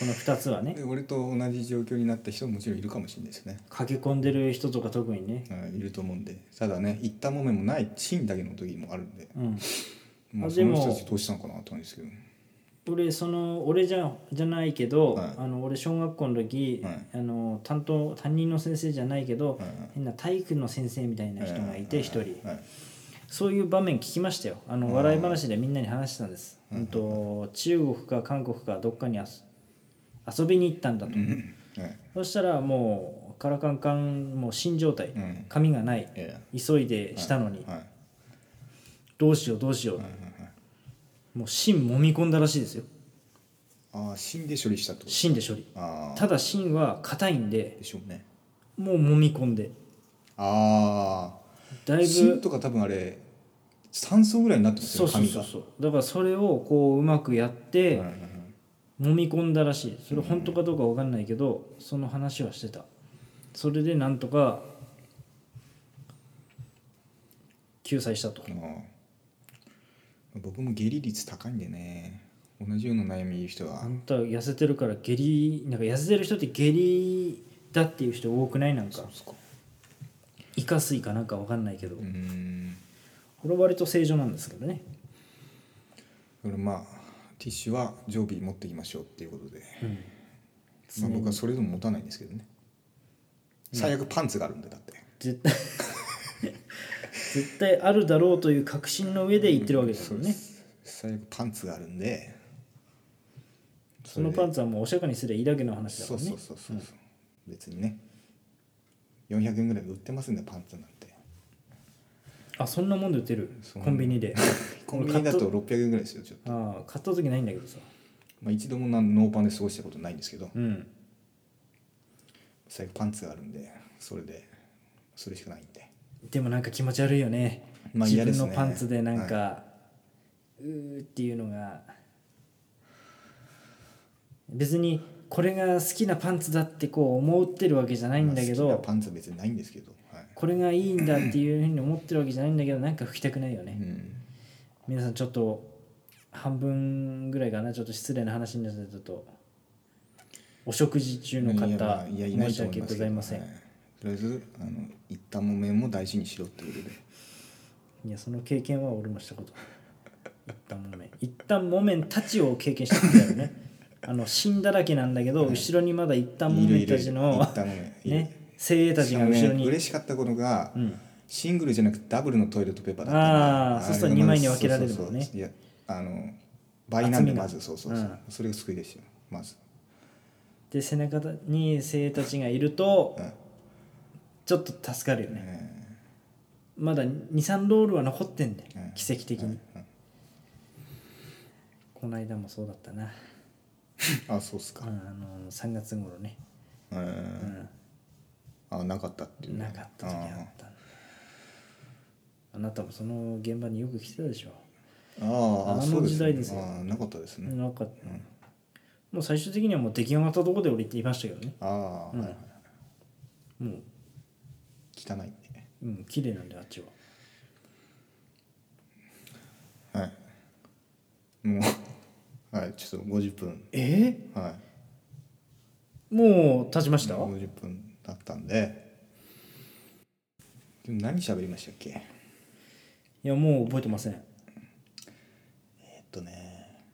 この2つはね
で俺と同じ状況になった人ももちろんいるかもしれないですね、
駆け込んでる人とか特にね
うんいると思うんでただね一旦もめもないシーンだけの時もあるんで、
うん
まあ、
あ
そ
で
の
も
人たちどうしたのかなと思うんですけど
俺その俺じゃじゃないけど、
はい
あの俺小学校の時、
はい
あの担当担任の先生じゃないけど、
はいはい
変な体育の先生みたいな人がいて一人、
はい
そういう場面聞きましたよあ
あー
の笑い話でみんなに話してたんです、
うん
うんと中国か韓国かどっかに遊遊びに行ったんだと、
うんはい
そしたらもうカラカンカンもう新状態、
うん
髪がない
いやいや
急いでしたのに、
はいはい
どうしようどうしよう、
はいはい
もう芯揉み込んだらしいですよ
ああ芯で処理したってこと
芯で処理
ああ
ただ芯は硬いんで
でしょうね
もう揉み込んで
あ
だ
あ
い
芯
ぶ
とか多分あれ3層ぐらいになってます
そ
よ
う
ね紙
そうそ
が
うそうだからそれをこううまくやって、
はいはいはい
揉み込んだらしいそれ本当かどうか分かんないけど、その話はしてたそれでなんとか救済したと
ああ僕も下痢率高いんでね同じような悩み言う人は
あんた痩せてるから下痢なんか痩せてる人って下痢だっていう人多くないなんか
そうっすか
イカスイかなんか分かんないけど、
うーん
これ割と正常なんですけどね
だからまあティッシュは常備持っていきましょうっていうことで、
うん
まあ、僕はそれでも持たないんですけどね最悪パンツがあるんでだって
絶対 絶対あるだろうという確信の上で言ってるわけですよね、
最悪パンツがあるんで
そのパンツはもうお釈迦にすりゃいいだけの話だ
そう
からね
そうそうそうそう、別にね400円ぐらいで売ってますんでパンツなんて
あそんなもんで売ってる
そう
コンビニで
コンビニだと
俺買っ
600円ぐらいですよちょっと、
たああ買った時ないんだけどさ
まあ、一度もなノーパンで過ごしたことないんですけど
うん
最後パンツがあるんでそれでそれしかないんで
でもなんか気持ち悪いよね,、
まあ
自
嫌で
分
すね
のパンツでなんか、うーっていうのが別にこれが好きなパンツだってこう思ってるわけじゃないんだけど、
まあ好きなパンツは別にないんですけど、はい
これがいいんだっていうふうに思ってるわけじゃないんだけどなんか拭きたくないよね、
うん、
皆さんちょっと半分ぐらいかなちょっと失礼な話になってたとお食事中の
いやま
方
あいやいな
申
い
し
と思い
訳
ま
ご
すけど
ざいませんい
はいとりあえずあの一旦もめも大事にしろってことで
やその経験は俺もしたこと一旦もめん一旦もめんたちを経験したことだよね あの死んだらけなんだけど、後ろにまだ一旦もめんたち
いるいる
の
一旦もめいる
ね精鋭たちが後ろ
ね
に、
嬉しかったことが、
うん
シングルじゃなくてダブルのトイレットペーパーだった
あーそうしたら二枚に分けられるもん
そうそう
ね
そういやあの倍なんで
厚みが
まずそうそうそう、
うん
それが救いですよまず、
で背中に精鋭たちがいると、
うん
ちょっと助かるよね、
え
まだ23ロールは残ってんだよ、
うん
奇跡的に、
うんうん
この間もそうだったな、
ーあそうっすか
うん、、あの3月頃ね、
え
う
ー
ん、
あなかったっていうね
なかった時あったんだあなたもその現場によく来てたでしょ、
あーあー
あの
そう
時代ですよ
あーなかったですね、
なんか、もう最終的にはもう出来上がったところで俺行っていましたけどね
ああ、
うん
はいはい
も
汚いね
う、うん、綺麗なんであっちは
もう はいちょっと50分
え
はい
もう経ちました
50分だったんででも何喋りましたっけ
いやもう覚えてません
えっとね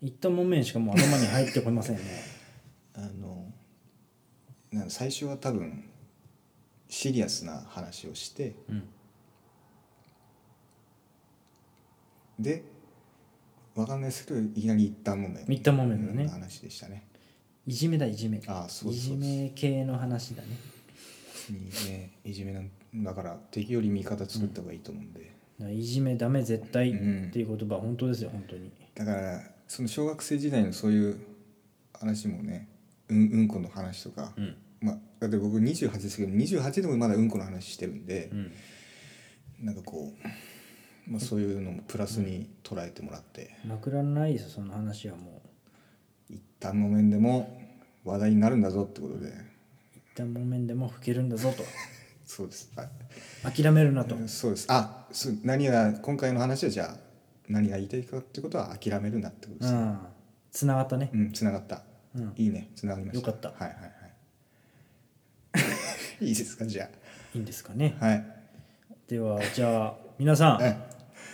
一旦もめんしかもう頭に入ってこいませんね
あのなん最初は多分シリアスな話をして
うん
でわかんないですけどいきなり一旦もめ
一旦もめんだね
うん話でしたね
いじめだいじめ
ああそう
い
です
じ
そうです
め系の話だね
にねいじめなんだから敵より味方作った方がいいと思うんで、
だからいじめダメ絶対っ
うん
ていう言葉本当ですよ本当に
だからその小学生時代のそういう話もねうんうんこの話とか、
うん
まあ、だって僕28ですけど28でもまだうんこの話してるんで
う、ん
なんかこう、まあ、そういうのもプラスに捉えてもらって、
枕のないですよその話はもう
一旦の面でも話題になるんだぞってことで
一旦もめんでも吹けるんだぞ と
そうですあ
諦めるなと
そうですあそう何が今回の話はじゃあ何が言いたいかってことは諦めるなってことで
う
すね
んつながったね
うんつながった
うんい
いいね、つながりました。
よかっ
はいはいはい。い いですか、じゃ
いんですかね
あ。はい。
ではじゃあ皆さ
は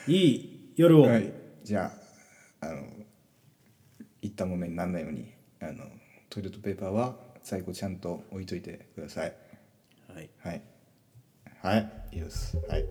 い
んいい夜を
はい、じゃあ、あの。いったもめにならないように、あの、トイレットペーパーは最後ちゃんと置いといてください。
はい
はい。はい、いいです。はい。